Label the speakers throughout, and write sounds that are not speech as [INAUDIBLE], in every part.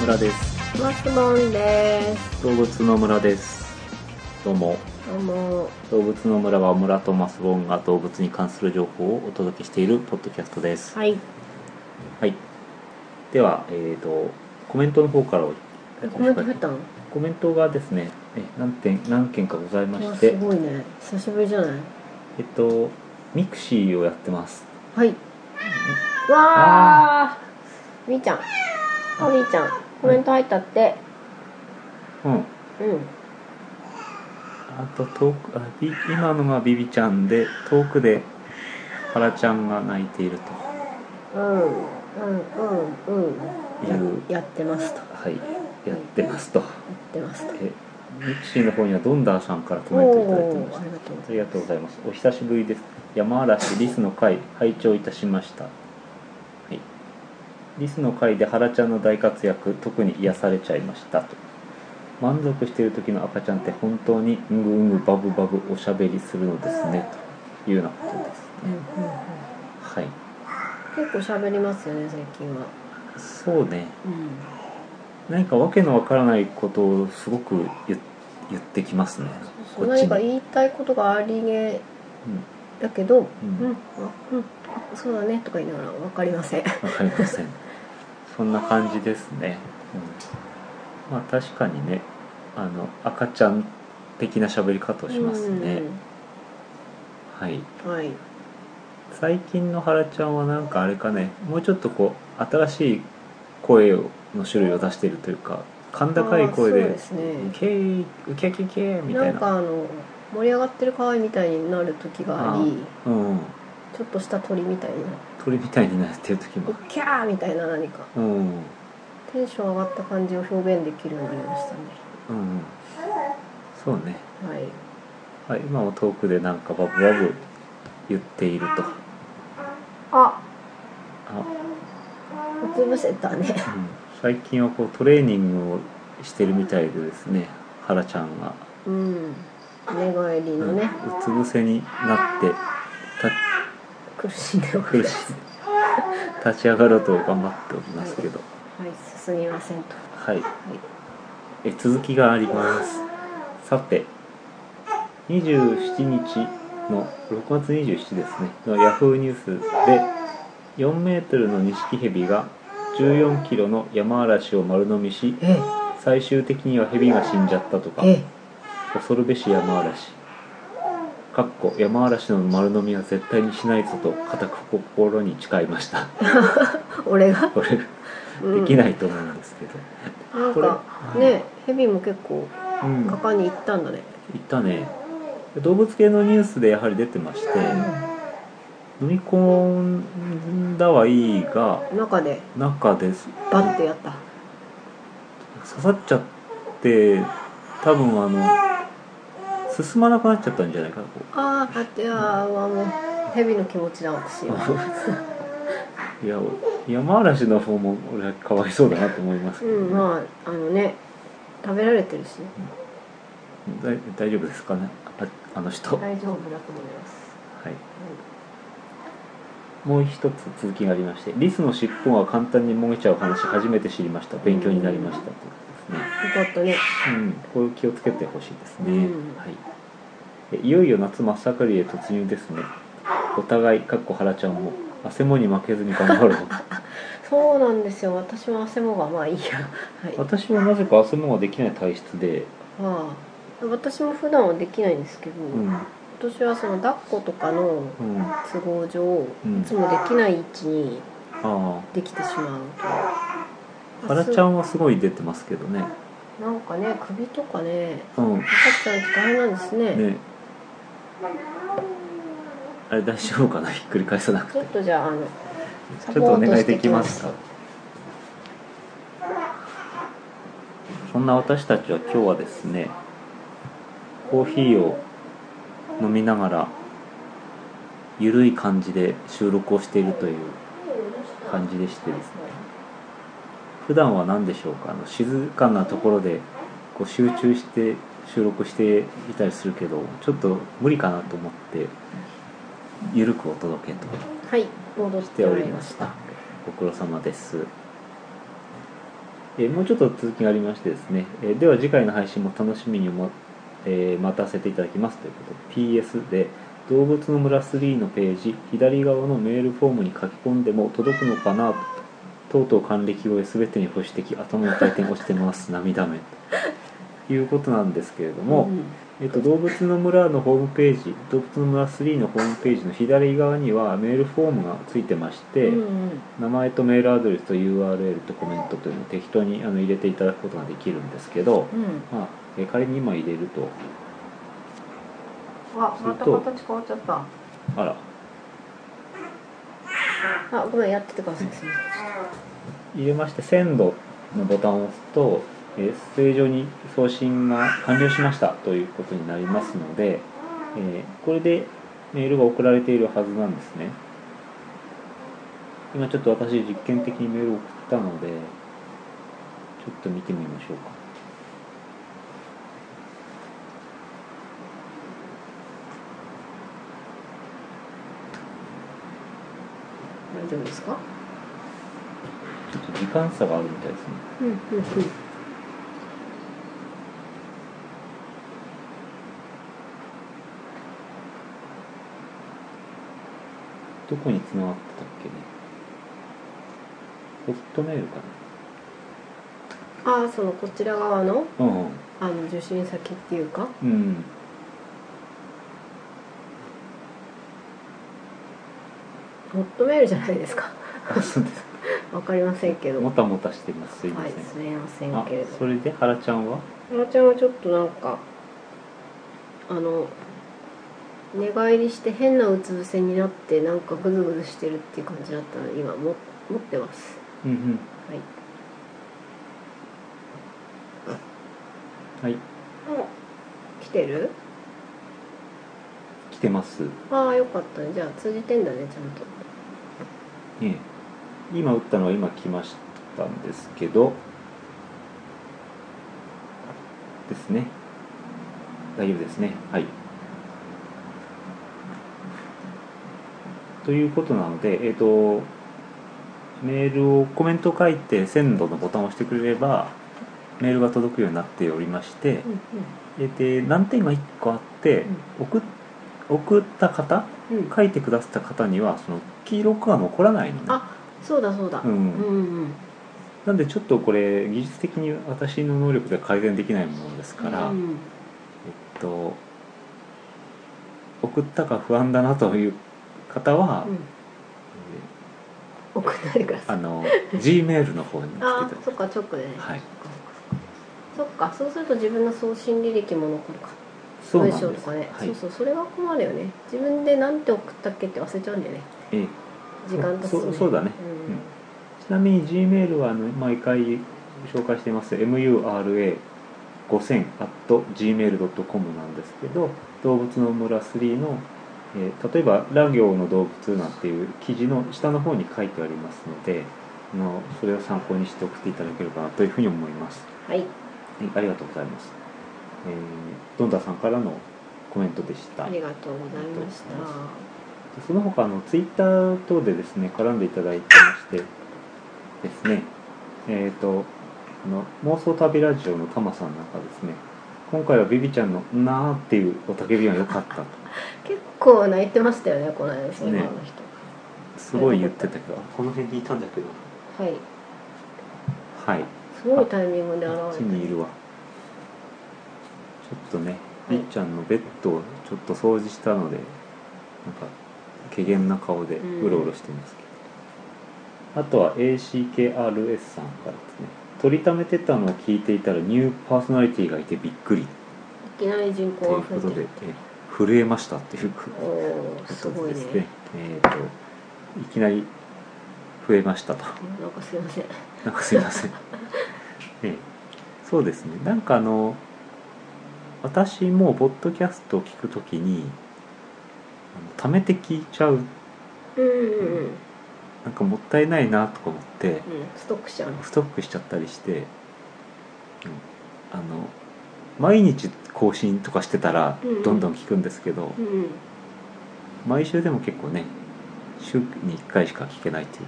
Speaker 1: 村です
Speaker 2: マスモンです。
Speaker 1: 動物の村ですどうも
Speaker 2: どうも。
Speaker 1: 動物の村は村とマスボンが動物に関する情報をお届けしているポッドキャストです
Speaker 2: はい。
Speaker 1: はいではえー、とコメントの方からお
Speaker 2: えコメント入ったの？
Speaker 1: コメントがですねえ何点何件かございま
Speaker 2: わあ
Speaker 1: し
Speaker 2: す
Speaker 1: て
Speaker 2: ごいね。久しぶりじゃない？
Speaker 1: えっとミクシーをやってます
Speaker 2: はい。わあ。みーちゃん、かみーちゃん、コメント入ったって。
Speaker 1: うん
Speaker 2: うん。
Speaker 1: あとトークあビ今のがビビちゃんで遠くでハラちゃんが泣いている
Speaker 2: うんうんうん
Speaker 1: という
Speaker 2: うん。やってますと。や
Speaker 1: はいやってますと
Speaker 2: ってますと。
Speaker 1: えミクシーの方にはドンダーさんからコ
Speaker 2: お
Speaker 1: メントいただいて
Speaker 2: お
Speaker 1: まし
Speaker 2: ー、あ
Speaker 1: た
Speaker 2: りがとうご
Speaker 1: あ
Speaker 2: ざい
Speaker 1: りがとうございますお久しぶりです山嵐リスの会拝聴いたしましたはいリスの会でハラちゃんの大活躍特に癒されちゃいましたと満足している時の赤ちゃんって本当にうんぐうんぐバブバブおしゃべりするのですねというようなことです
Speaker 2: ます。うんうん
Speaker 1: はい
Speaker 2: うん。結構喋りますよね最近は。
Speaker 1: そうね
Speaker 2: うん。
Speaker 1: 何かわけのわからないことをすごく言言ってきますねこっち
Speaker 2: 何
Speaker 1: に
Speaker 2: か言いたいことがありげ
Speaker 1: うん
Speaker 2: だけど、
Speaker 1: う
Speaker 2: うんん、うん、そうだねとか言いながら分かりません。
Speaker 1: わかりませんそんな感じですね、うん、まあ確かにねあの赤ちゃん的な喋り方をしますね、はい
Speaker 2: うん。はい。
Speaker 1: 最近のハラちゃんはなんかあれかねもうちょっとこう新しい声をの種類を出しているというか甲高い声で
Speaker 2: あーそうですね
Speaker 1: ウケーウケケケーみた
Speaker 2: ないん
Speaker 1: な
Speaker 2: かあの盛り上がってる可愛いみたいになる時があり、
Speaker 1: うんうん、
Speaker 2: ちょっとした鳥みたいになる。
Speaker 1: 鳥みたいになってる時も
Speaker 2: キャーみたいな何か
Speaker 1: うんうん
Speaker 2: テンション上がった感じを表現できるようになりましたね。
Speaker 1: うんそうね
Speaker 2: はい。
Speaker 1: はい、今も遠くでなんかバブバブ言っているとあ、
Speaker 2: あ、うつぶせた
Speaker 1: [LAUGHS]
Speaker 2: ね。
Speaker 1: うん、最近はこうトレーニングをしてるみたいでですねハラちゃんが、
Speaker 2: うん。寝返り
Speaker 1: う
Speaker 2: の
Speaker 1: んう
Speaker 2: ね、
Speaker 1: つ伏せになって
Speaker 2: 苦しんでお
Speaker 1: た
Speaker 2: く。
Speaker 1: 苦し立ち上がろうと頑張っておりますけど
Speaker 2: はい、進みませんと。
Speaker 1: はい
Speaker 2: はい。
Speaker 1: え続きがありますさて27日の6月27ですねのヤフーニュースで4メートルのニシキヘビが14キロの山嵐を丸飲みし
Speaker 2: え、
Speaker 1: 最終的にはヘビが死んじゃったとか
Speaker 2: え、
Speaker 1: 恐るべし山嵐かっこ山嵐の丸飲みは絶対にしないぞと固く心に誓いました
Speaker 2: 俺が。
Speaker 1: これ
Speaker 2: うん
Speaker 1: できないと思うんですけど、
Speaker 2: なん
Speaker 1: これ
Speaker 2: かね、ヘビも結構
Speaker 1: うん
Speaker 2: 果敢に行ったんだね。
Speaker 1: 行ったね動物系のニュースでやはり出てまして飲み込んだはいいが
Speaker 2: 中で
Speaker 1: 中です
Speaker 2: バッてやった。
Speaker 1: 刺さっちゃって多分あの進まなくなっちゃったんじゃないかなこ
Speaker 2: あーあ、ではもうヘビの気持ちだ私は。
Speaker 1: ういや山嵐の方も俺はかわいそうだなと思いますけ
Speaker 2: う
Speaker 1: どね、
Speaker 2: ん、まああのね、食べられてるし
Speaker 1: だい大丈夫ですかねああの人、はい
Speaker 2: 大丈夫だと思います。
Speaker 1: もう一つ続きがありましてリスの尻尾が簡単にもげちゃう話初めて知りました勉強になりましたということですね
Speaker 2: よかったね。
Speaker 1: うん、これ気をつけてほしいですね、
Speaker 2: うん
Speaker 1: はいえいよいよ夏真っ盛りへ突入ですねお互いかっこはらちゃんも汗もに負けずに頑張ろ
Speaker 2: [LAUGHS]
Speaker 1: う
Speaker 2: そうなんですよ。私も汗もがまあいいや。はい。
Speaker 1: 私はなぜか汗もができない体質で、
Speaker 2: まあ私も普段はできないんですけど、
Speaker 1: うん
Speaker 2: 私はその抱っことかの
Speaker 1: うん、あ
Speaker 2: 都合上、
Speaker 1: ん
Speaker 2: いつもできない位置に
Speaker 1: あ
Speaker 2: できてしまうと。
Speaker 1: はらちゃんはすごい出てますけどね
Speaker 2: なんかね首とかね
Speaker 1: うん
Speaker 2: 赤ちゃんって大変なんですね
Speaker 1: ねあれ大丈夫かなひっくり返さなく
Speaker 2: ち
Speaker 1: て
Speaker 2: ょっとじゃああの
Speaker 1: ちょっとお願いできますか
Speaker 2: サ
Speaker 1: そんな私たちは今日はですねコーヒーを飲みながらゆるい感じで収録をしているという感じでしてですね普段は何でしょうかあの静かなところでこう集中して収録していたりするけどちょっと無理かなと思ってゆるくお届けと
Speaker 2: はい戻っ
Speaker 1: しててお
Speaker 2: お
Speaker 1: り
Speaker 2: り
Speaker 1: ま
Speaker 2: ま
Speaker 1: し
Speaker 2: したた
Speaker 1: ご苦労様ですえーもうちょっと続きがありましてですね、えーでは次回の配信も楽しみにも、えー待たせていただきますということで PS で「動物の村3」のページ左側のメールフォームに書き込んでも届くのかなとうとう還暦越え全てに保守的頭の回転落ちてます涙目ということなんですけれども、
Speaker 2: うん
Speaker 1: えっと、動物の村のホームページ動物の村3のホームページの左側にはメールフォームがついてまして、
Speaker 2: うん
Speaker 1: 名前とメールアドレスと URL とコメントというのを適当にあの入れていただくことができるんですけど、
Speaker 2: うん、
Speaker 1: まあ、えー仮に今入れると
Speaker 3: あ、また形変わっちゃった。
Speaker 1: あら
Speaker 2: あごめんやっててくださいすいま
Speaker 1: 入れまして「鮮度」のボタンを押すと、えー正常に送信が完了しましたということになりますので、えーこれでメールが送られているはずなんですね今ちょっと私実験的にメールを送ったのでちょっと見てみましょうか
Speaker 2: せん大丈夫ですか
Speaker 1: ちょっと時間差があるみたいですね
Speaker 2: うんうんうん
Speaker 1: どこに繋がってたっけねホットメールか
Speaker 2: ああそのこちら側の
Speaker 1: なうんうん
Speaker 2: あの受信先っていうか
Speaker 1: うん
Speaker 2: ホットメールじゃないですか
Speaker 1: あそうです
Speaker 2: わかりませんけ
Speaker 1: [LAUGHS]
Speaker 2: ど
Speaker 1: も
Speaker 2: は
Speaker 1: たもたしてますすいませ
Speaker 2: い
Speaker 1: ん、
Speaker 2: すみません
Speaker 1: あ
Speaker 2: けれど
Speaker 1: それで原ちゃんは
Speaker 2: あらちゃんはちょっとなんかあの寝返りして変なうつ伏せになってなんかグズグズしてるっていう感じだったので今も持ってます
Speaker 1: うんうん
Speaker 2: は
Speaker 1: は
Speaker 2: い
Speaker 1: い
Speaker 2: 来てる
Speaker 1: 来てます
Speaker 2: ああよかったねじゃあ通じてんだねちゃんと
Speaker 1: ええ今打ったのは今来ましたんですけどですね大丈夫ですねはいということなのでえっ、とメールをコメントを書いて鮮度のボタンを押してくれればメールが届くようになっておりまして、
Speaker 2: う
Speaker 1: えーで難点が1個あって、送っ送った方
Speaker 2: んうんうん
Speaker 1: 書いてくださった方にはその黄色くは残らないのね
Speaker 2: あそうだそうだ
Speaker 1: う
Speaker 2: うん
Speaker 1: ん、
Speaker 2: うん
Speaker 1: なんでちょっとこれ技術的に私の能力では改善できないものですから、
Speaker 2: う
Speaker 1: え
Speaker 2: ん
Speaker 1: っと送ったか不安だなという方は、
Speaker 2: う
Speaker 1: え
Speaker 2: ん送ってないでくだ
Speaker 1: ー
Speaker 2: さ
Speaker 1: あ
Speaker 2: い
Speaker 1: の G メールの方につけて
Speaker 2: ああ
Speaker 1: く
Speaker 2: そ
Speaker 1: だ
Speaker 2: っか直でね
Speaker 1: はい
Speaker 2: そっかそうすると自分の送信履歴も残るか
Speaker 1: そう
Speaker 2: 文
Speaker 1: なん
Speaker 2: 章
Speaker 1: で
Speaker 2: と
Speaker 1: す
Speaker 2: かね、
Speaker 1: はい
Speaker 2: そうそうそれが困るよね自分で何て送ったっけって忘れちゃうんだよね
Speaker 1: えー
Speaker 2: 時間経つと、ね、
Speaker 1: そうそうだねうんちなみに G メールはあの毎回紹介してます MURA5000 gmail.com なんですけど動物の村3の、えー例えば「ラ行の動物」なんていう記事の下の方に書いてありますのであのそれを参考にして送っていただければなというふうに思います、
Speaker 2: はい
Speaker 1: はい、ありがとうございます、えー、ドンダさんからのコメントでした
Speaker 2: ありがとうございました
Speaker 1: その他あのツイッター等でですね絡んでいただいてましてですねえっ、とあの妄想旅ラジオのタマさんなんかですね今回はビビちゃんの「なー」っていうおたけびが良かったと
Speaker 2: 結構泣いてましたよねこの間その
Speaker 1: ね
Speaker 2: ファンの人、
Speaker 1: すごい言ってたけどこの辺にいたんだけど
Speaker 2: はい
Speaker 1: はい
Speaker 2: すごいタイミングで
Speaker 1: こっ
Speaker 2: 現
Speaker 1: ち
Speaker 2: れ
Speaker 1: にいるわちょっとね
Speaker 2: は
Speaker 1: り
Speaker 2: い
Speaker 1: っちゃんのベッドをちょっと掃除したのでなんか怪げな顔でうろうろしてますけど、あとは ACKRS さんからですね「取りためてたのを聞いていたらニューパーソナリティがいてびっくり」
Speaker 2: たいきなり人
Speaker 1: とい
Speaker 2: 口
Speaker 1: うこと
Speaker 2: が増え
Speaker 1: で
Speaker 2: てる
Speaker 1: え震えましたっていうこ
Speaker 2: おおーす
Speaker 1: と
Speaker 2: ごい
Speaker 1: で
Speaker 2: ね
Speaker 1: すねえーといきなり増えましたと
Speaker 2: なんかすいません
Speaker 1: なんかすいま
Speaker 2: [LAUGHS]
Speaker 1: せん。ええ、そうですね。なんかあの私もポッドキャストを聞くときにあのためて聞いちゃう
Speaker 2: うんうんうん、うん、
Speaker 1: なんかもったいないなとか思って
Speaker 2: ストックしちゃうの
Speaker 1: ストックしちゃったりして、うん、あの毎日更新とかしてたら
Speaker 2: うんうん
Speaker 1: どんどん聞くんですけど、
Speaker 2: うんうん
Speaker 1: 毎週でも結構ね週に1回しか聞けないっていう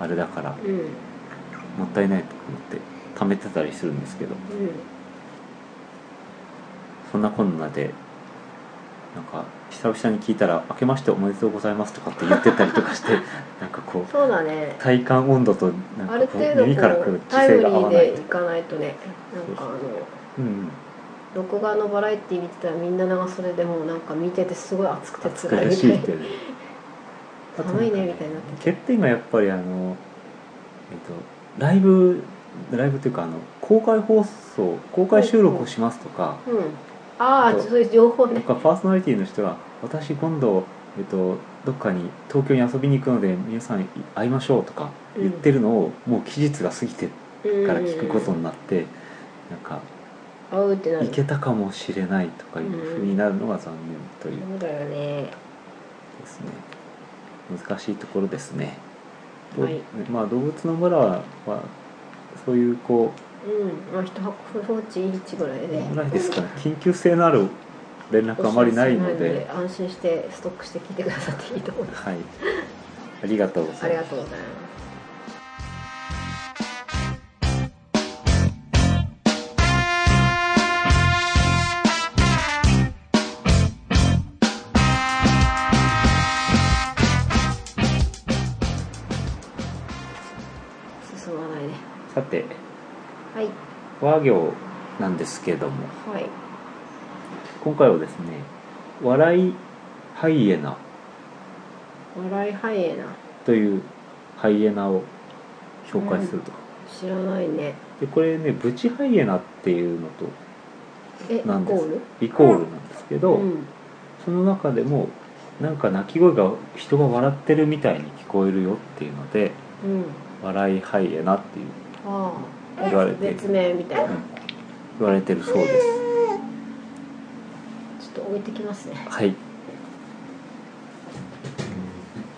Speaker 1: のあれだから
Speaker 2: うん
Speaker 1: もったいないと思って貯めてたりするんですけどそんなこんなでなんか久々に聞いたら「明けましておめでとうございます」とかって言ってたりとかして
Speaker 2: [LAUGHS]
Speaker 1: なんかこう
Speaker 2: そうだね
Speaker 1: 体感温度となん
Speaker 2: あ
Speaker 1: か
Speaker 2: る
Speaker 1: こ
Speaker 2: 程
Speaker 1: う
Speaker 2: 度
Speaker 1: 耳から
Speaker 2: こ
Speaker 1: くる
Speaker 2: う
Speaker 1: 知
Speaker 2: タイ
Speaker 1: 性
Speaker 2: ムリ
Speaker 1: が合
Speaker 2: ー
Speaker 1: わない
Speaker 2: でいかないとねなんかあの
Speaker 1: うん
Speaker 2: 録画のバラエティ見てたらみんな長袖でもうなんか見ててすごい暑くて
Speaker 1: 暑
Speaker 2: つ
Speaker 1: 苦
Speaker 2: らいみ
Speaker 1: しいったて
Speaker 2: い
Speaker 1: ねあとなんか
Speaker 2: 寒いねみたいになって
Speaker 1: 欠点がやっぱりあのえっとライブライブというかあの公開放送公開収録をしますとか
Speaker 2: うんああそういう情報
Speaker 1: な
Speaker 2: ね
Speaker 1: んかパーソナリティの人が「私今度、えっと、どっかに東京に遊びに行くので皆さん会いましょう」とか言ってるのを、もう期日が過ぎてから聞くことになって、なんか
Speaker 2: 合うってなる
Speaker 1: 行けたかもしれないとかいうふうになるのが残念という
Speaker 2: そうだよね
Speaker 1: ですね難しいところですね。どう
Speaker 2: はい
Speaker 1: まあ動物の村はそういうこ
Speaker 2: うんまあ一箱放置1ぐらいで、
Speaker 1: うぐらいですかね緊急性のある連絡があまりないので
Speaker 2: 安心してストックして聞いてくださっていいと思います
Speaker 1: はいありがとうございます。
Speaker 2: ありがとうございます進まないね
Speaker 1: さて
Speaker 2: はい
Speaker 1: 和行なんですけども
Speaker 2: はい
Speaker 1: 今回はですね笑いハイエナ
Speaker 2: 笑いハイエナ
Speaker 1: というハイエナを紹介すると、
Speaker 2: 知らないね
Speaker 1: でこれねブチハイエナっていうのと
Speaker 2: えイコ
Speaker 1: なんです
Speaker 2: ール
Speaker 1: イコールなんですけど、
Speaker 2: うん
Speaker 1: その中でもなんか鳴き声が人が笑ってるみたいに聞こえるよっていうので
Speaker 2: うん
Speaker 1: 笑いハイエナっていう
Speaker 2: ああ
Speaker 1: 言われてる
Speaker 2: 別名みたいな、
Speaker 1: 言われてるそうです
Speaker 2: ちょっと置いてきますね
Speaker 1: はい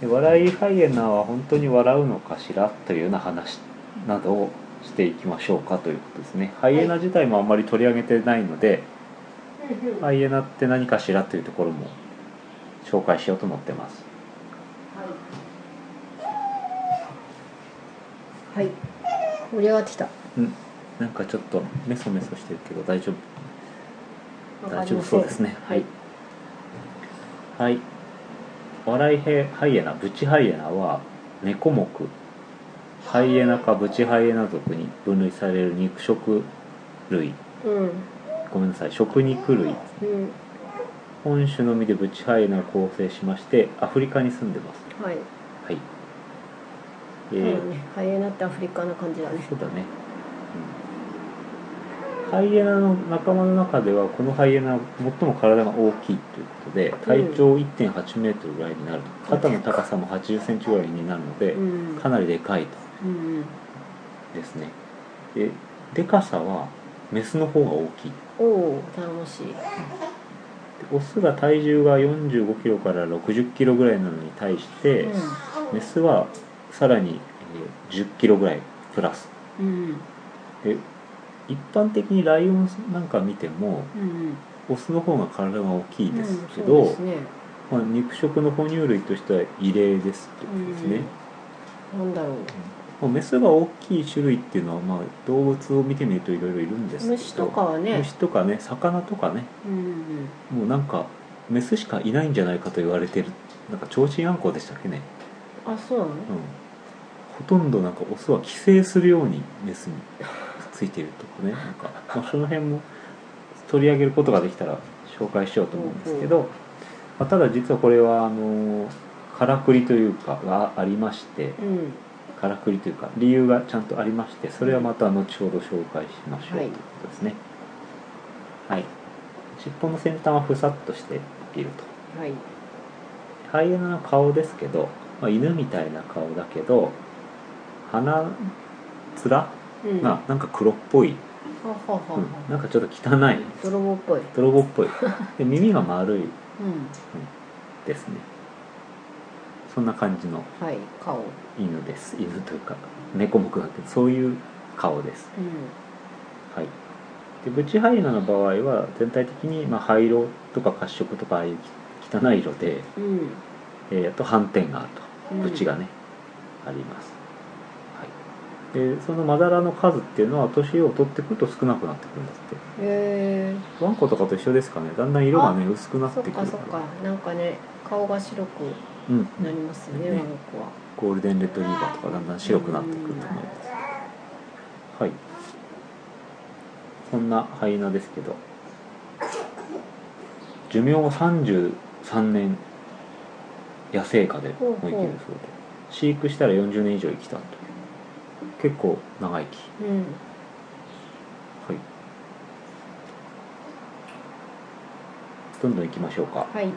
Speaker 1: で笑いハイエナは本当に笑うのかしらというような話などをしていきましょうかということですねハイエナ自体もあんまり取り上げてないので、ハイエナって何かしらというところも紹介しようと思ってます
Speaker 2: はい盛り上がってきた
Speaker 1: うんなんかちょっとメソメソしてるけど大丈夫大
Speaker 2: わか
Speaker 1: 丈夫
Speaker 2: りませ
Speaker 1: そ
Speaker 2: ん
Speaker 1: うですね
Speaker 2: はい
Speaker 1: はい笑いへハイエナブチハイエナは猫目ハイエナかブチハイエナ属に分類される肉食類
Speaker 2: うん
Speaker 1: ごめんなさい食肉類
Speaker 2: うん
Speaker 1: 本種のみでブチハイエナを構成しましてアフリカに住んでます
Speaker 2: はい、
Speaker 1: はいえ
Speaker 2: そう
Speaker 1: ー
Speaker 2: だねハイエナってアフリカな感じだね
Speaker 1: そうだね、うん、ハイエナの仲間の中ではこのハイエナは最も体が大きいということで体長1 8メートルぐらいになると肩の高さも8 0センチぐらいになるので
Speaker 2: うん
Speaker 1: かなりでかい
Speaker 2: うん
Speaker 1: とですねででかさはメスの方が大きいで
Speaker 2: おお頼もしい
Speaker 1: オスが体重が4 5キロから6 0キロぐらいなのに対してメスはさらにえー10キロぐらいプラス
Speaker 2: うんうん
Speaker 1: で一般的にライオンなんか見ても
Speaker 2: うん
Speaker 1: オスの方が体が大きいですけ
Speaker 2: う
Speaker 1: ど、
Speaker 2: んそうですね
Speaker 1: まあ、肉食の哺乳類としては異例ですってことですね、
Speaker 2: なんだろう
Speaker 1: まあメスが大きい種類っていうのは、まあ、動物を見てみるといろいろいるんですけど
Speaker 2: 虫とかはね
Speaker 1: 虫とかね魚とかね
Speaker 2: うん
Speaker 1: もうなんかメスしかいないんじゃないかと言われてるなんか提灯アンコウでしたっけね、
Speaker 2: あそうなの
Speaker 1: うん、ほとんどなんかオスは寄生するようにメスに [LAUGHS] ついてるとかねなんか、まあ、その辺も取り上げることができたら紹介しようと思うんですけど、まあ、ただ実はこれはあのからくりというかがありまして
Speaker 2: うん
Speaker 1: からくりというか理由がちゃんとありましてそれはまた後ほど紹介しましょうと
Speaker 2: はい
Speaker 1: いうことですねはい尻尾の先端はふさっとしていると
Speaker 2: はい
Speaker 1: ハイエナの顔ですけど、まあ、犬みたいな顔だけど鼻面が
Speaker 2: うんは
Speaker 1: なんか黒っぽい、
Speaker 2: ははは
Speaker 1: うんなんかちょっと汚い
Speaker 2: 泥棒っぽい
Speaker 1: 泥棒っぽいで耳が丸い
Speaker 2: うん
Speaker 1: ですねそんな感じの
Speaker 2: はい顔うん
Speaker 1: 犬です犬というか猫目だけどそういう顔ですはいでブチハイエナの場合は全体的にまあ灰色とか褐色とかああいう汚い色で、
Speaker 2: うん
Speaker 1: えーあと斑点があると
Speaker 2: うん
Speaker 1: 口がね、あります、はい、でそのマダラの数っていうのは年を取ってくると少なくなってくるんだっ
Speaker 2: へえ
Speaker 1: てワンコとかと一緒ですかねだんだん色がね薄くなって
Speaker 2: そっ
Speaker 1: くる
Speaker 2: かそっかなんかね顔が白く
Speaker 1: うんうん
Speaker 2: なりますよね、
Speaker 1: ね
Speaker 2: ワンコは
Speaker 1: ゴールデンレトリーバーとかだんだん白くなってくると思いますはいそんなハイエナですけど寿命が33年野生下でも生きるそうで
Speaker 2: ほうほう
Speaker 1: 飼育したら40年以上生きたという結構長生き
Speaker 2: うん
Speaker 1: はいどんどん行きましょうか
Speaker 2: はい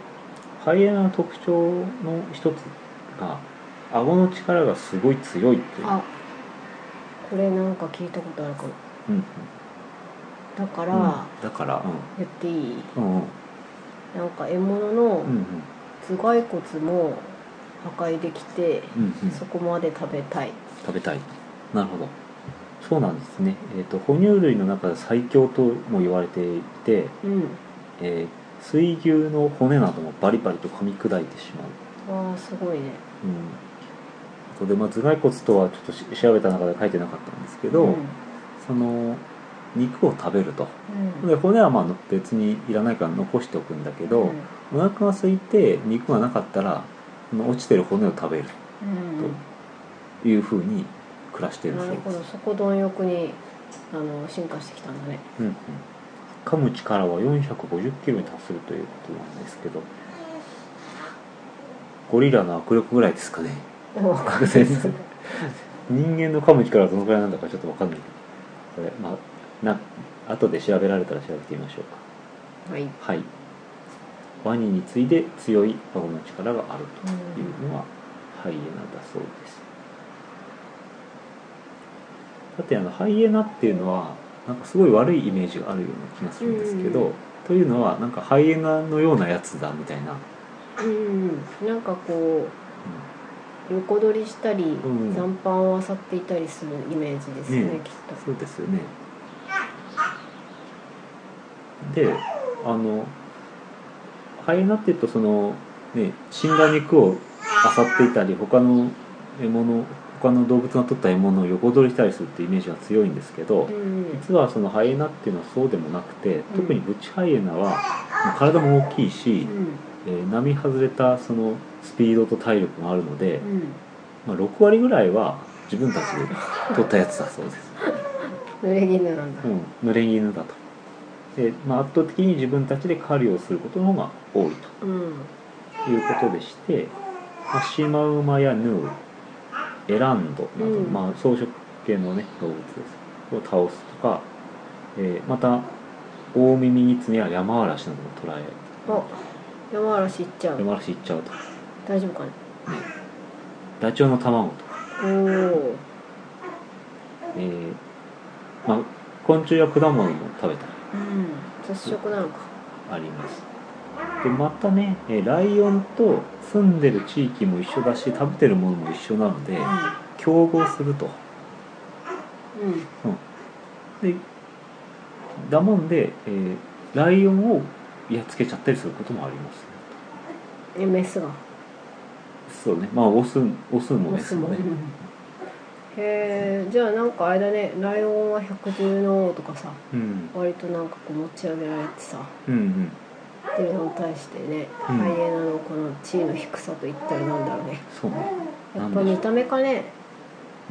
Speaker 1: ハイエナの特徴の一つが顎の力がすごい強いという
Speaker 2: あこれなんか聞いたことあるかも
Speaker 1: うんうん
Speaker 2: だから、
Speaker 1: だから
Speaker 2: 言っていい
Speaker 1: うんうんうん
Speaker 2: なんか獲物の
Speaker 1: うん
Speaker 2: 頭蓋骨も破壊できて、
Speaker 1: うんうん
Speaker 2: そこまで食べたい
Speaker 1: 食べたいなるほどそうなんですね、えー、と哺乳類の中で最強とも言われていて、
Speaker 2: うん
Speaker 1: えー水牛の骨などもバリバリと噛み砕いてしまう
Speaker 2: わあすごいね
Speaker 1: うんそれでまあ頭蓋骨とはちょっとし調べた中で書いてなかったんですけど、
Speaker 2: うん
Speaker 1: その肉を食べると
Speaker 2: うん
Speaker 1: で骨はまあ別にいらないから残しておくんだけど、お腹が空いて肉がなかったらその落ちてる骨を食べる
Speaker 2: うんうん
Speaker 1: というふうに暮らしてるそ
Speaker 2: な
Speaker 1: う
Speaker 2: る
Speaker 1: で
Speaker 2: ほ
Speaker 1: す
Speaker 2: ど、そこ貪欲にあの進化してきたんだね
Speaker 1: うんうん、噛む力は450キロに達するということなんですけどゴリラの握力ぐらいですかね
Speaker 2: 分か
Speaker 1: 確実に人間の噛む力はどのくらいなんだかちょっと分かんないけどこれまあな後で調べられたら調べてみましょうか
Speaker 2: [LAUGHS] はい、うん、
Speaker 1: はいワニに次いで強い顎の力があるというのはハイエナだそうですさてあのハイエナっていうのはなんかすごい悪いイメージがあるような気がするんですけど、
Speaker 2: うん
Speaker 1: というのはなんかハイエナのようなやつだみたいな、
Speaker 2: うんなんかこう横取りしたり、
Speaker 1: ん
Speaker 2: 残飯を漁っていたりするイメージですね
Speaker 1: ねえ
Speaker 2: きっと
Speaker 1: そうですよねであのハイエナっていうとそのね死んだ肉を漁っていたり他の獲物他の動物が取った獲物を横取りしたりするっていうイメージが強いんですけど、
Speaker 2: うん
Speaker 1: 実はそのハイエナっていうのはそうでもなくて、
Speaker 2: ん
Speaker 1: 特にブチハイエナは体も大きいし、えー並外れたそのスピードと体力もあるので、
Speaker 2: うんうん
Speaker 1: まあ、6割ぐらいは自分たちで取ったやつだそうです。
Speaker 2: 濡れ衣なんだ、
Speaker 1: うん、濡れ犬だとで、まあ、圧倒的に自分たちで狩りをすることの方が多い
Speaker 2: うん
Speaker 1: ということでして、まあ、シマウマやヌーエランドなど、
Speaker 2: うん
Speaker 1: まあ、草食系の、ね、動物ですを倒すとか、えーまた大耳ギツネやヤマアラシなども捕らえ
Speaker 2: あ山嵐行っちゃ
Speaker 1: ヤ
Speaker 2: う
Speaker 1: マアラシ行っちゃうとか
Speaker 2: 大丈夫かな
Speaker 1: ダチョウの卵とか、
Speaker 2: おお
Speaker 1: えーまあ、昆虫や果物も食べたり
Speaker 2: うん雑食なのか
Speaker 1: ありますでまたねえーライオンと住んでる地域も一緒だし食べてるものも一緒なので競合すると
Speaker 2: うんうん
Speaker 1: でだもんで、えーライオンをやっつけちゃったりすることもありますね
Speaker 2: えメスが
Speaker 1: そうねまあオスオスも
Speaker 2: オ
Speaker 1: メ
Speaker 2: ス
Speaker 1: ス
Speaker 2: も
Speaker 1: もね
Speaker 2: へえじゃあなんかあれだねライオンは百獣の王とかさ
Speaker 1: うん
Speaker 2: 割となんかこう持ち上げられてさ
Speaker 1: うんうん
Speaker 2: っていうのに対してね、
Speaker 1: うん
Speaker 2: ハイエナのこの地位の低さといったらなんだろうね
Speaker 1: そうね
Speaker 2: や
Speaker 1: な
Speaker 2: っ
Speaker 1: ん
Speaker 2: ぱ
Speaker 1: でし
Speaker 2: 見
Speaker 1: ょ
Speaker 2: た目かね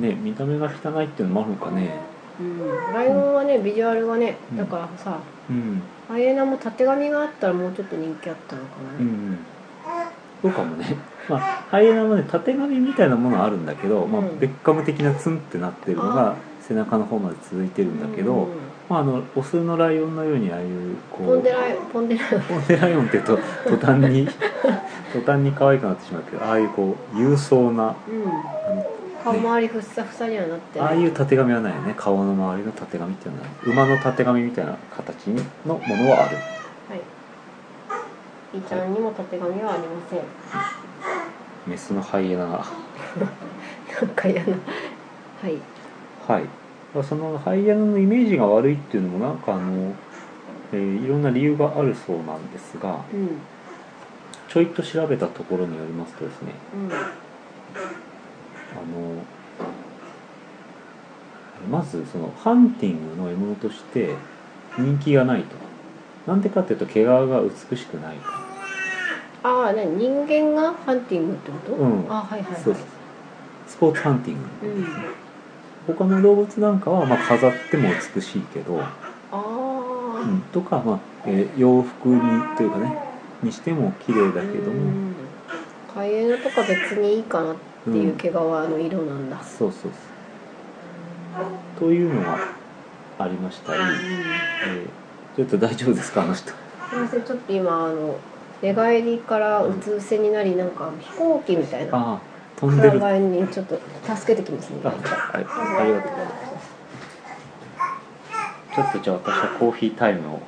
Speaker 1: うね見た目が汚いっていうのもあるのかね
Speaker 2: うんライオンはねビジュアルがね
Speaker 1: うん
Speaker 2: だからさ、
Speaker 1: うん
Speaker 2: ハイエナもたてがみがあったらもうちょっと人気あったのかな、
Speaker 1: うんうんそうかもね、まあ、ハイエナもねたてがみみたいなものはあるんだけど、まあ
Speaker 2: うん、
Speaker 1: ベッカム的なツンってなってるの
Speaker 2: あ
Speaker 1: が背中の方まで続いてるんだけど、
Speaker 2: うん
Speaker 1: まあ、あのオスのライオンのようにああいうこう
Speaker 2: ポンデライポンデライ
Speaker 1: ポンデライオンってと途端
Speaker 2: [LAUGHS]
Speaker 1: に途端に可愛くなってしまうけどああいうこう勇壮な
Speaker 2: うん
Speaker 1: あの
Speaker 2: 顔周りふっさふさにはなって
Speaker 1: あ
Speaker 2: な
Speaker 1: あ
Speaker 2: い
Speaker 1: いうたてがみはないよね顔の周りのたてがみっていうのはない馬のたてがみみたいな形のものはある
Speaker 2: はい。イちゃんにもたてがみはありません。
Speaker 1: メスのハイエナが。
Speaker 2: なんか嫌な。はい。
Speaker 1: はい、そのハイエナのイメージが悪いっていうのもなんかあの、えーいろんな理由があるそうなんですが
Speaker 2: うん。うん。
Speaker 1: ちょいと調べたところによりますとですねあのまずそのハンティングの獲物として人気がないとなんでかっていうと毛皮が美しくないか
Speaker 2: ああ何人間がハンティングってこと、
Speaker 1: うん
Speaker 2: あはいはいはい
Speaker 1: そうそうスポーツハンティング
Speaker 2: うん、
Speaker 1: 他の動物なんかはまあ飾っても美しいけど、
Speaker 2: ああ、
Speaker 1: うん、とか、まあえー洋服にというかねにしても綺麗だけど
Speaker 2: う
Speaker 1: も、
Speaker 2: んカイエナとか別にいいかなっていう毛皮の色なんだ、
Speaker 1: そうそうそうというのがありましたり、えーちょっと大丈夫ですかあの人
Speaker 2: すいませんちょっと今あの寝返りからうつ伏せになりなんか飛行機みたいな
Speaker 1: ああ飛んで
Speaker 2: 空
Speaker 1: るあ
Speaker 2: がにちょっと助けてきますね
Speaker 1: あはいありがとうございますちょっとじゃあ私はコーヒータイムを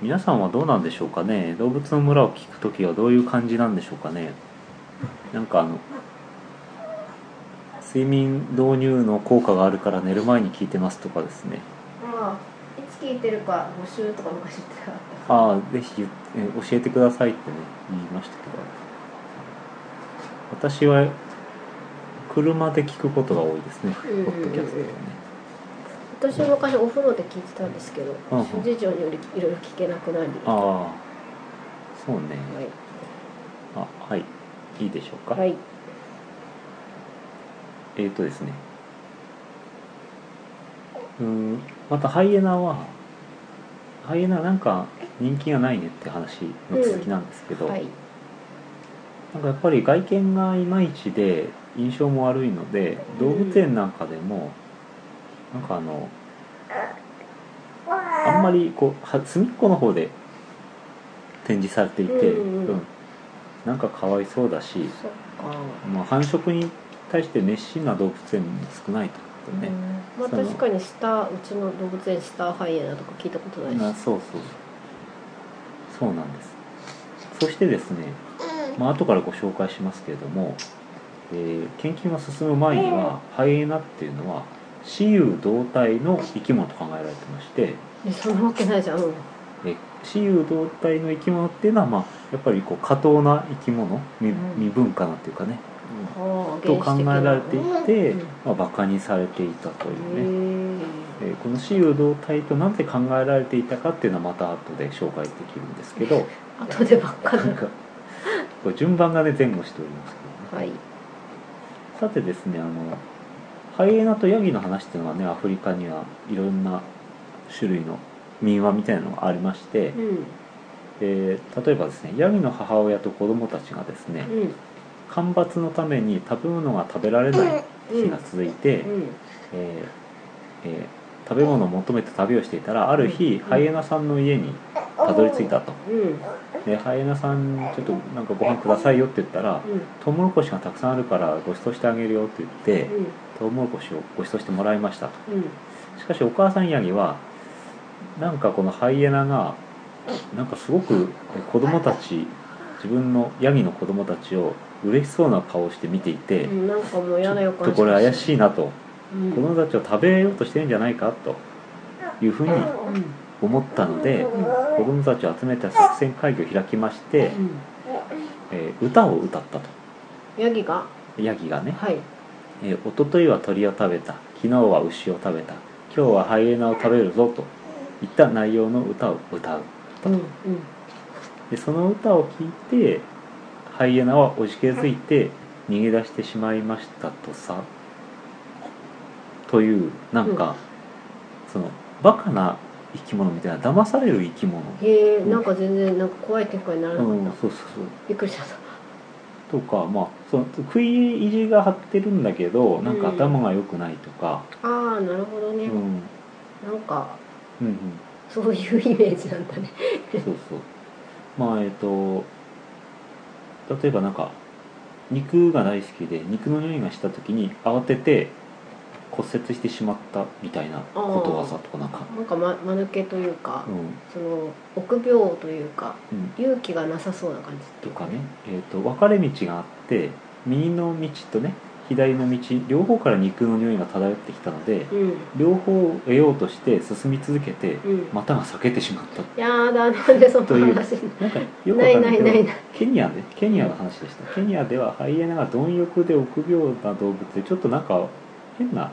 Speaker 1: 皆さんはどうなんでしょうかね動物の村を聞くときはどういう感じなんでしょうかねなんかあの睡眠導入の効果があるから寝る前に聞いてますとかですね
Speaker 2: まあいつ聞いてるか募集とか昔言ってなかっ
Speaker 1: ああぜひ言ってえ教えてくださいってね言いましたけど私は車で聞くことが多いですねポ
Speaker 2: うんうんうん
Speaker 1: ッドキャストはね
Speaker 2: た私は昔お風呂で聞いてたんですけど
Speaker 1: うんうん
Speaker 2: 諸事情によりいろいろ聞けなくなり
Speaker 1: あ
Speaker 2: は
Speaker 1: あそうねあはいいいでしょうか、
Speaker 2: い、はい、
Speaker 1: えっ、とですねうーんまたハイエナはハイエナはなんか人気がないねって話の続きなんですけど、
Speaker 2: はい、
Speaker 1: なんかやっぱり外見がいまいちで印象も悪いので動物園なんかでもなんかあのあんまりこうは隅っこの方で展示されていて、
Speaker 2: うんうんうん
Speaker 1: うんなんかかわいそうだし、
Speaker 2: そっか、
Speaker 1: まあ、繁殖に対して熱心な動物園も少ないということね、
Speaker 2: うんまあ
Speaker 1: その
Speaker 2: 確かにスターうちの動物園スターハイエナとか聞いたことないし、
Speaker 1: なそうそうそうなんですそしてですね、まあ後からご紹介しますけれども、えー研究が進む前にはハイエナっていうのは雌雄同体の生き物と考えられてまして
Speaker 2: えそんなわけないじゃん、うん
Speaker 1: えー雌雄同体の生き物っていうのは、まあ、やっぱりこう過当な生き物未
Speaker 2: うん
Speaker 1: 未分化なっていうかね、
Speaker 2: ああ
Speaker 1: と考えられていて、
Speaker 2: うん
Speaker 1: まあ、バカにされていたというね、
Speaker 2: へ
Speaker 1: えーこの雌雄同体となぜ考えられていたかっていうのはまた後で紹介できるんですけど
Speaker 2: え後でばっかだ
Speaker 1: なんかこう順番がね前後しておりますけどね
Speaker 2: はい
Speaker 1: さてですねあのハイエナとヤギの話っていうのはねアフリカにはいろんな種類の民話みたいなのがありまして
Speaker 2: う、ん
Speaker 1: えー例えばですねヤギの母親と子供たちがですね
Speaker 2: うん
Speaker 1: 干ばつのために食べ物が食べられない日が続いて、
Speaker 2: うん
Speaker 1: えーえー食べ物を求めて旅をしていたらある日、
Speaker 2: うん
Speaker 1: ハイエナさんの家にたどり着いたと
Speaker 2: うん
Speaker 1: でハイエナさんにちょっとなんかご飯くださいよって言ったら
Speaker 2: うん
Speaker 1: トウモロコシがたくさんあるからご馳走してあげるよって言って
Speaker 2: うん
Speaker 1: トウモロコシをご馳走してもらいましたと
Speaker 2: うん
Speaker 1: しかしお母さんヤギはなんかこのハイエナがなんかすごく子供たち自分のヤギの子供たちを嬉しそうな顔をして見ていて、
Speaker 2: うんなんかもう
Speaker 1: ちょ
Speaker 2: 嫌な予
Speaker 1: っ
Speaker 2: 感
Speaker 1: とこれ怪し
Speaker 2: い
Speaker 1: いなと
Speaker 2: うん
Speaker 1: 子供たちを食べようとしてるんじゃないかというふうに
Speaker 2: うんうん
Speaker 1: 思ったので子供たちを集めた作戦会議を開きまして、えー歌を歌ったと
Speaker 2: ヤギが
Speaker 1: ヤギがね
Speaker 2: はい
Speaker 1: 「えー、一昨日は鳥を食べた昨日は牛を食べた今日はハイエナを食べるぞ」といった内容の歌を歌う
Speaker 2: うんうん
Speaker 1: でその歌を聴いてハイエナはおじけづいて逃げ出してしまいましたとさというなんか、そのバカな生き物みたいな騙される生き物
Speaker 2: へえなんか全然なんか怖い展開にならな
Speaker 1: うん
Speaker 2: かった
Speaker 1: そうそうそう
Speaker 2: びっくりしちゃった
Speaker 1: とかまあその食い意地が張ってるんだけどなんか
Speaker 2: うん
Speaker 1: 頭が良くないとか、
Speaker 2: ああなるほど
Speaker 1: う
Speaker 2: ね
Speaker 1: んうん
Speaker 2: なんか
Speaker 1: うん、
Speaker 2: そういうイメージなんだね
Speaker 1: そうそうまあえっ、と例えばなんか肉が大好きで肉の匂いがした時に慌てて骨折してしまったみたいなことわざとかなんか、
Speaker 2: なんかま間抜けというか
Speaker 1: うん
Speaker 2: その臆病というか
Speaker 1: うん、
Speaker 2: 勇気がなさそうな感じ
Speaker 1: とかね、えー、と分かれ道があって右の道とね左の道両方から肉の匂いが漂ってきたので
Speaker 2: うん
Speaker 1: 両方を得ようとして進み続けて
Speaker 2: うん
Speaker 1: 股が裂けてしまった
Speaker 2: やだなんでそんな話
Speaker 1: なんか [LAUGHS] よくわかんないけ
Speaker 2: ないないない
Speaker 1: ど
Speaker 2: ない
Speaker 1: ケニアでケニアの話でしたケニアではハイエナが貪欲で臆病な動物でちょっとなんか変な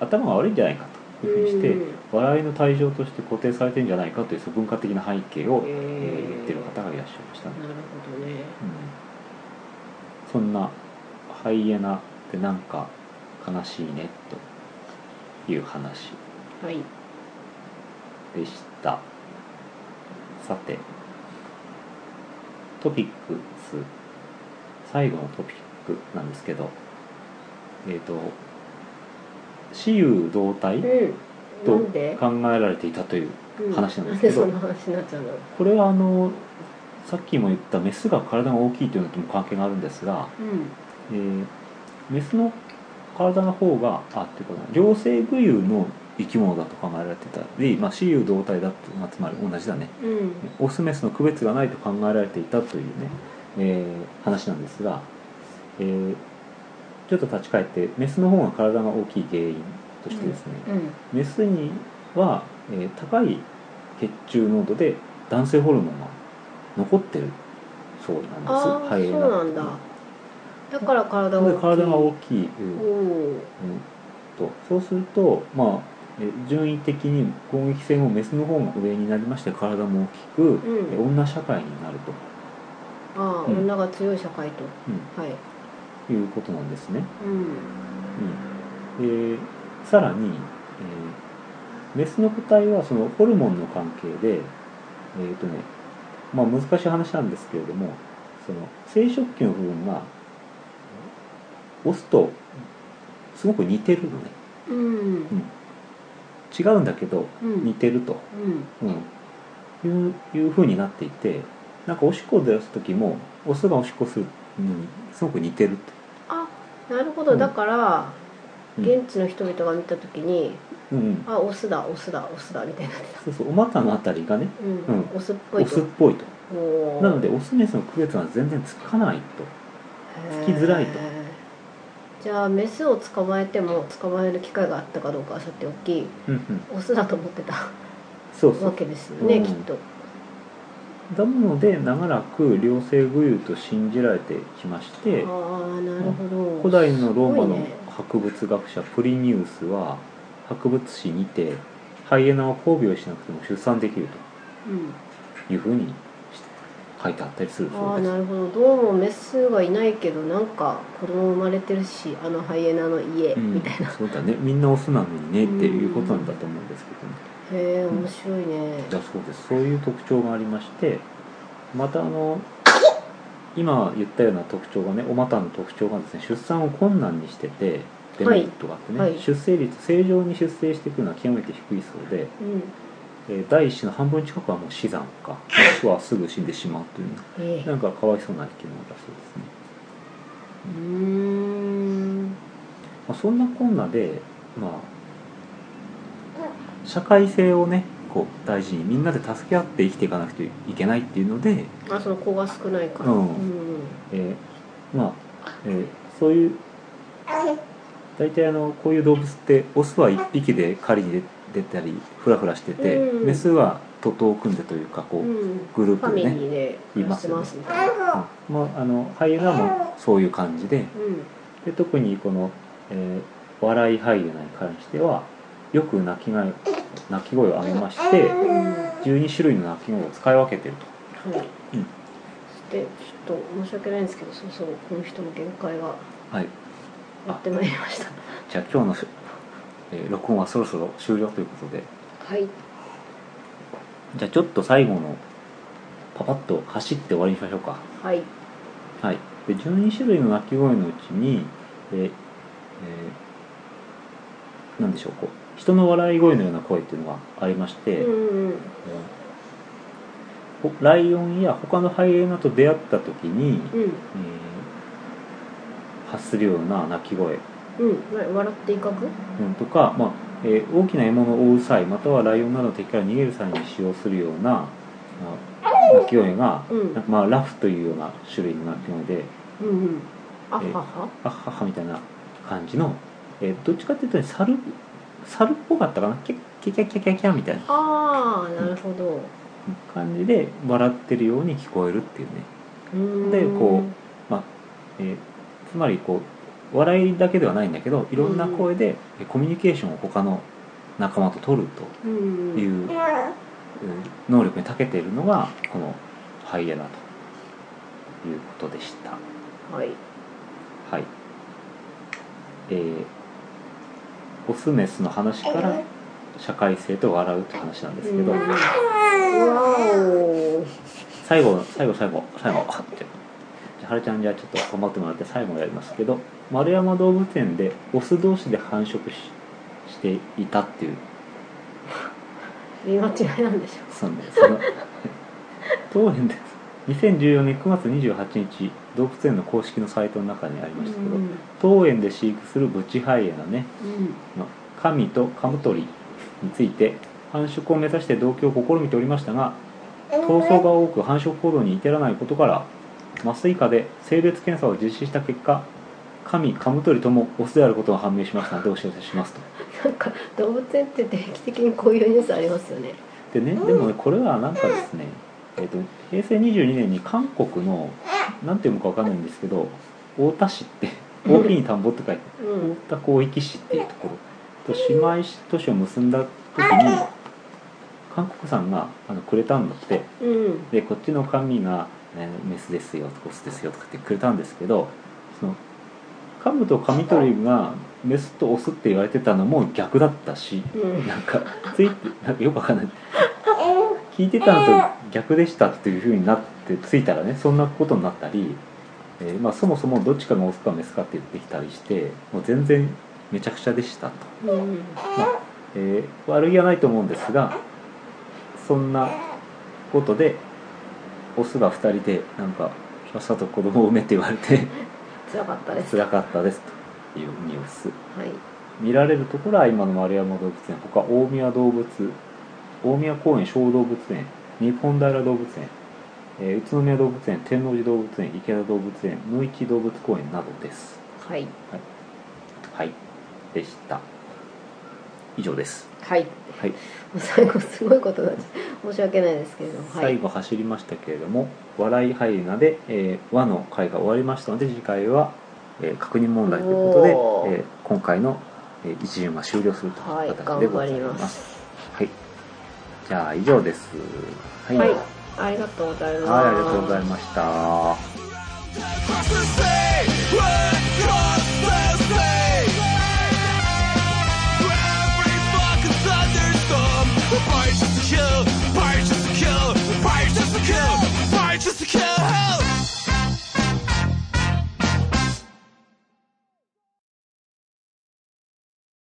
Speaker 1: 頭が悪いんじゃないかというふうにして、
Speaker 2: うん
Speaker 1: 笑いの対象として固定されてんじゃないかというそう文化的な背景を、
Speaker 2: へ
Speaker 1: えー
Speaker 2: ー
Speaker 1: 言ってる方がいらっしゃいましたね、
Speaker 2: なるほどね
Speaker 1: うん、そんなハイエナってなんか悲しいねという話
Speaker 2: はい
Speaker 1: でしたさてトピックス最後のトピックなんですけどえっ、と雌雄同体
Speaker 2: うん
Speaker 1: と
Speaker 2: なんで
Speaker 1: 考えられていたという
Speaker 2: うん
Speaker 1: 話なんですけど
Speaker 2: なんでその話になっちゃうの
Speaker 1: これはあのさっきも言ったメスが体が大きいというのとも関係があるんですが、
Speaker 2: うん
Speaker 1: えーメスの体の方があっていうかな両性具有の生き物だと考えられてたり、まあ、雌雄同体だっていうのはつまり同じだね
Speaker 2: うん
Speaker 1: オスメスの区別がないと考えられていたというね、えー話なんですが、えーちょっと立ち返ってメスの方が体が大きい原因としてですね、
Speaker 2: うん
Speaker 1: メスには、えー高い血中濃度で男性ホルモンが残ってるそうなんです
Speaker 2: ああ
Speaker 1: 肺
Speaker 2: ー
Speaker 1: 炎
Speaker 2: そうなんだだから体が
Speaker 1: なの
Speaker 2: 大き
Speaker 1: で
Speaker 2: い
Speaker 1: 体が
Speaker 2: お
Speaker 1: 大きい、うん
Speaker 2: お
Speaker 1: うんとそうするとまあえー順位的に攻撃性もメスの方が上になりまして体も大きく、
Speaker 2: ん
Speaker 1: えー女社会になると、
Speaker 2: ああ
Speaker 1: うん
Speaker 2: 女が強い社会とはい
Speaker 1: うんいうことなんですね。
Speaker 2: う
Speaker 1: う
Speaker 2: ん
Speaker 1: んえーさらに、えーメスの個体はそのホルモンの関係で、えーとねまあ、難しい話なんですけれどもその生殖器の部分がオスとすごく似てるのね
Speaker 2: うん
Speaker 1: 違うんだけど
Speaker 2: うん
Speaker 1: 似てると、
Speaker 2: うん
Speaker 1: うん、いういうふうになっていてなんかおしっこを出す時もオスがおしっこするのにすごく似てると。
Speaker 2: あなるほど、
Speaker 1: うん
Speaker 2: だか
Speaker 1: う
Speaker 2: ら
Speaker 1: ん
Speaker 2: 現地の人々が見た時に
Speaker 1: うんうん
Speaker 2: 「あオスだオスだオスだ」みたいになってた、
Speaker 1: そうそうお股のあたりがね
Speaker 2: うん
Speaker 1: う
Speaker 2: オスっぽ
Speaker 1: オ
Speaker 2: い
Speaker 1: ス
Speaker 2: と
Speaker 1: っぽいと
Speaker 2: おー
Speaker 1: なのでオスメスの区別が全然つかないと
Speaker 2: へー
Speaker 1: つきづらいと
Speaker 2: じゃあメスを捕まえても捕まえる機会があったかどうかはさておき
Speaker 1: うんうん
Speaker 2: オスだと思ってた
Speaker 1: そうそ
Speaker 2: わ
Speaker 1: う
Speaker 2: けですよね、
Speaker 1: うん
Speaker 2: きっと
Speaker 1: なので長らく両性具有と信じられてきまして
Speaker 2: ああなるほど
Speaker 1: 古代のローマ
Speaker 2: すごい
Speaker 1: の
Speaker 2: ね
Speaker 1: 博物学者プリニウスは博物誌にてハイエナは交尾をしなくても出産できる
Speaker 2: うん
Speaker 1: というふうに書いてあったりする
Speaker 2: あ
Speaker 1: そ
Speaker 2: あ
Speaker 1: うです
Speaker 2: なるほどどうもメスはいないけどなんか子供生まれてるしあのハイエナの家、
Speaker 1: うん
Speaker 2: みたいな
Speaker 1: そうだねみんなオスなのにねっていうことなんだと思うんですけどね
Speaker 2: へえ面白いね
Speaker 1: だそうですそういう特徴がありましてまたあの今言ったような特徴がねお股の特徴がですね出産を困難にしててデメリットがあってね、
Speaker 2: はいはい
Speaker 1: 出生率正常に出生していくのは極めて低いそうで、
Speaker 2: うん
Speaker 1: えー第一子の半分近くはもう死産かもしくはすぐ死んでしまうというね
Speaker 2: ええ
Speaker 1: なんかかわいそうな生き物だそうですね、
Speaker 2: うーん
Speaker 1: まあ、そんなこんなでまあ社会性をねこう大事にみんなで助け合って生きていかなくていけないっていうので、
Speaker 2: あその子が少ないから
Speaker 1: うん
Speaker 2: うん
Speaker 1: えーまあ、えーそういう大体あのこういう動物ってオスは1匹で狩りに出たりフラフラしてて、
Speaker 2: うん
Speaker 1: メスは徒党を組んでというかこう、
Speaker 2: う
Speaker 1: うん
Speaker 2: ん
Speaker 1: グルー
Speaker 2: フ
Speaker 1: プ
Speaker 2: ァ
Speaker 1: で
Speaker 2: ミ
Speaker 1: ね
Speaker 2: リーで暮らしてますみたいな
Speaker 1: まあ、あのハイエナもそういう感じで
Speaker 2: うん
Speaker 1: で特にこの、えー笑いハイエナに関してはよく鳴き声鳴き声を上げまして12種類の鳴き声を使い分けてると。
Speaker 2: はい
Speaker 1: うん
Speaker 2: そしてちょっと申し訳ないんですけどそろそろこの人の限界が
Speaker 1: はい、
Speaker 2: やってまいりま
Speaker 1: [LAUGHS]
Speaker 2: した
Speaker 1: じゃあ今日の、えー録音はそろそろ終了ということで。
Speaker 2: はい
Speaker 1: じゃあちょっと最後のパパッと走って終わりにしましょうか。
Speaker 2: はい
Speaker 1: はい。で12種類の鳴き声のうちに、えーえーなんでしょうこう人の笑い声のような声っていうのがありまして、
Speaker 2: うんうん
Speaker 1: ほライオンや他のハイエナと出会った時に、
Speaker 2: うん
Speaker 1: えー発するような鳴き声、
Speaker 2: うんな笑って威嚇
Speaker 1: うん、とか、まあえー大きな獲物を追う際またはライオンなどの敵から逃げる際に使用するようなあ鳴き声が
Speaker 2: うん
Speaker 1: なんかまあ、ラフというような種類の鳴き声で
Speaker 2: うんうんあは
Speaker 1: え
Speaker 2: は
Speaker 1: 「あっはっは」みたいな感じの、えーどっちかっていうとね猿猿っぽかったかなキャッキャキャキャキャキャみたいな
Speaker 2: ああなるほど
Speaker 1: 感じで笑ってるように聞こえるっていうね、
Speaker 2: うーん
Speaker 1: でこえーつまりこう笑いだけではないんだけどいろんな声でえーコミュニケーションを他の仲間と取る
Speaker 2: う
Speaker 1: と
Speaker 2: ん
Speaker 1: いううえー能力に長けているのがこのハイエナということでした。
Speaker 2: はい
Speaker 1: はい。えーオスメスの話から社会性と笑うって話なんですけど、
Speaker 2: うんわお
Speaker 1: 最後最後最後最後あってじゃあはるちゃんじゃあちょっと頑張ってもらって最後やりますけど丸山動物園でオス同士で繁殖ししていたっていう
Speaker 2: 見間違いなんでしょ
Speaker 1: そのその [LAUGHS] 当園で2014年9月28日動物園の公式のサイトの中にあり
Speaker 2: う
Speaker 1: ましたけど、
Speaker 2: ん
Speaker 1: 当園で飼育するブチハイエナね
Speaker 2: うん
Speaker 1: のカミとカムトリについて繁殖を目指して同居を試みておりましたが闘争が多く繁殖行動に至らないことから麻酔科で性別検査を実施した結果神カムトリともオスであることが判明しましたのでお知らせしますと
Speaker 2: なんか動物園って定期的にこういうニュースありますよね
Speaker 1: でねでもねこれはなんかですね、えっと平成22年に韓国の何て読むかわかんないんですけど太田市って大きい田んぼって書いて
Speaker 2: うん
Speaker 1: 太田広域市っていうところと姉妹都市を結んだ時に韓国さんがあのくれたんだって
Speaker 2: うん
Speaker 1: でこっちの神が、えーメスですよオスですよ」とかってくれたんですけどその噛むとカミ取りがメスとオスって言われてたのも逆だったし
Speaker 2: うん
Speaker 1: なんかついてなんかよくわかんない聞いてたのと逆でしたっていうふうになってついたらねそんなことになったり、えーまあ、そもそもどっちかがオスかメスかって言ってきたりしてもう全然めちゃくちゃでしたと。
Speaker 2: うん
Speaker 1: まあえー悪気はないと思うんですがそんなことでオスが2人でなんかさっさと子供を産めって言われて
Speaker 2: 辛かったです
Speaker 1: 辛かったですというニュース
Speaker 2: はい
Speaker 1: 見られるところは今の丸山動物園他大宮動物大宮公園小動物園日本平動物園、えー宇都宮動物園天王寺動物園池田動物園野市動物公園などです
Speaker 2: はい
Speaker 1: はいでした以上です
Speaker 2: はい
Speaker 1: はい
Speaker 2: もう最後すごいことになっちゃう申し訳ないですけれどもは
Speaker 1: 最
Speaker 2: い
Speaker 1: 後走りましたけれども「笑いハイエナで」えー和の回が終わりましたので次回は、えー確認問題ということで
Speaker 2: お、ー
Speaker 1: えー今回の、えー一巡が終了すると
Speaker 2: はい
Speaker 1: いう形で
Speaker 2: 頑
Speaker 1: ござ
Speaker 2: 張
Speaker 1: い
Speaker 2: り
Speaker 1: ま。
Speaker 2: ますす
Speaker 1: はい、じゃあ以上です。
Speaker 2: はいありがとうございます
Speaker 1: はい、ありがとうございました。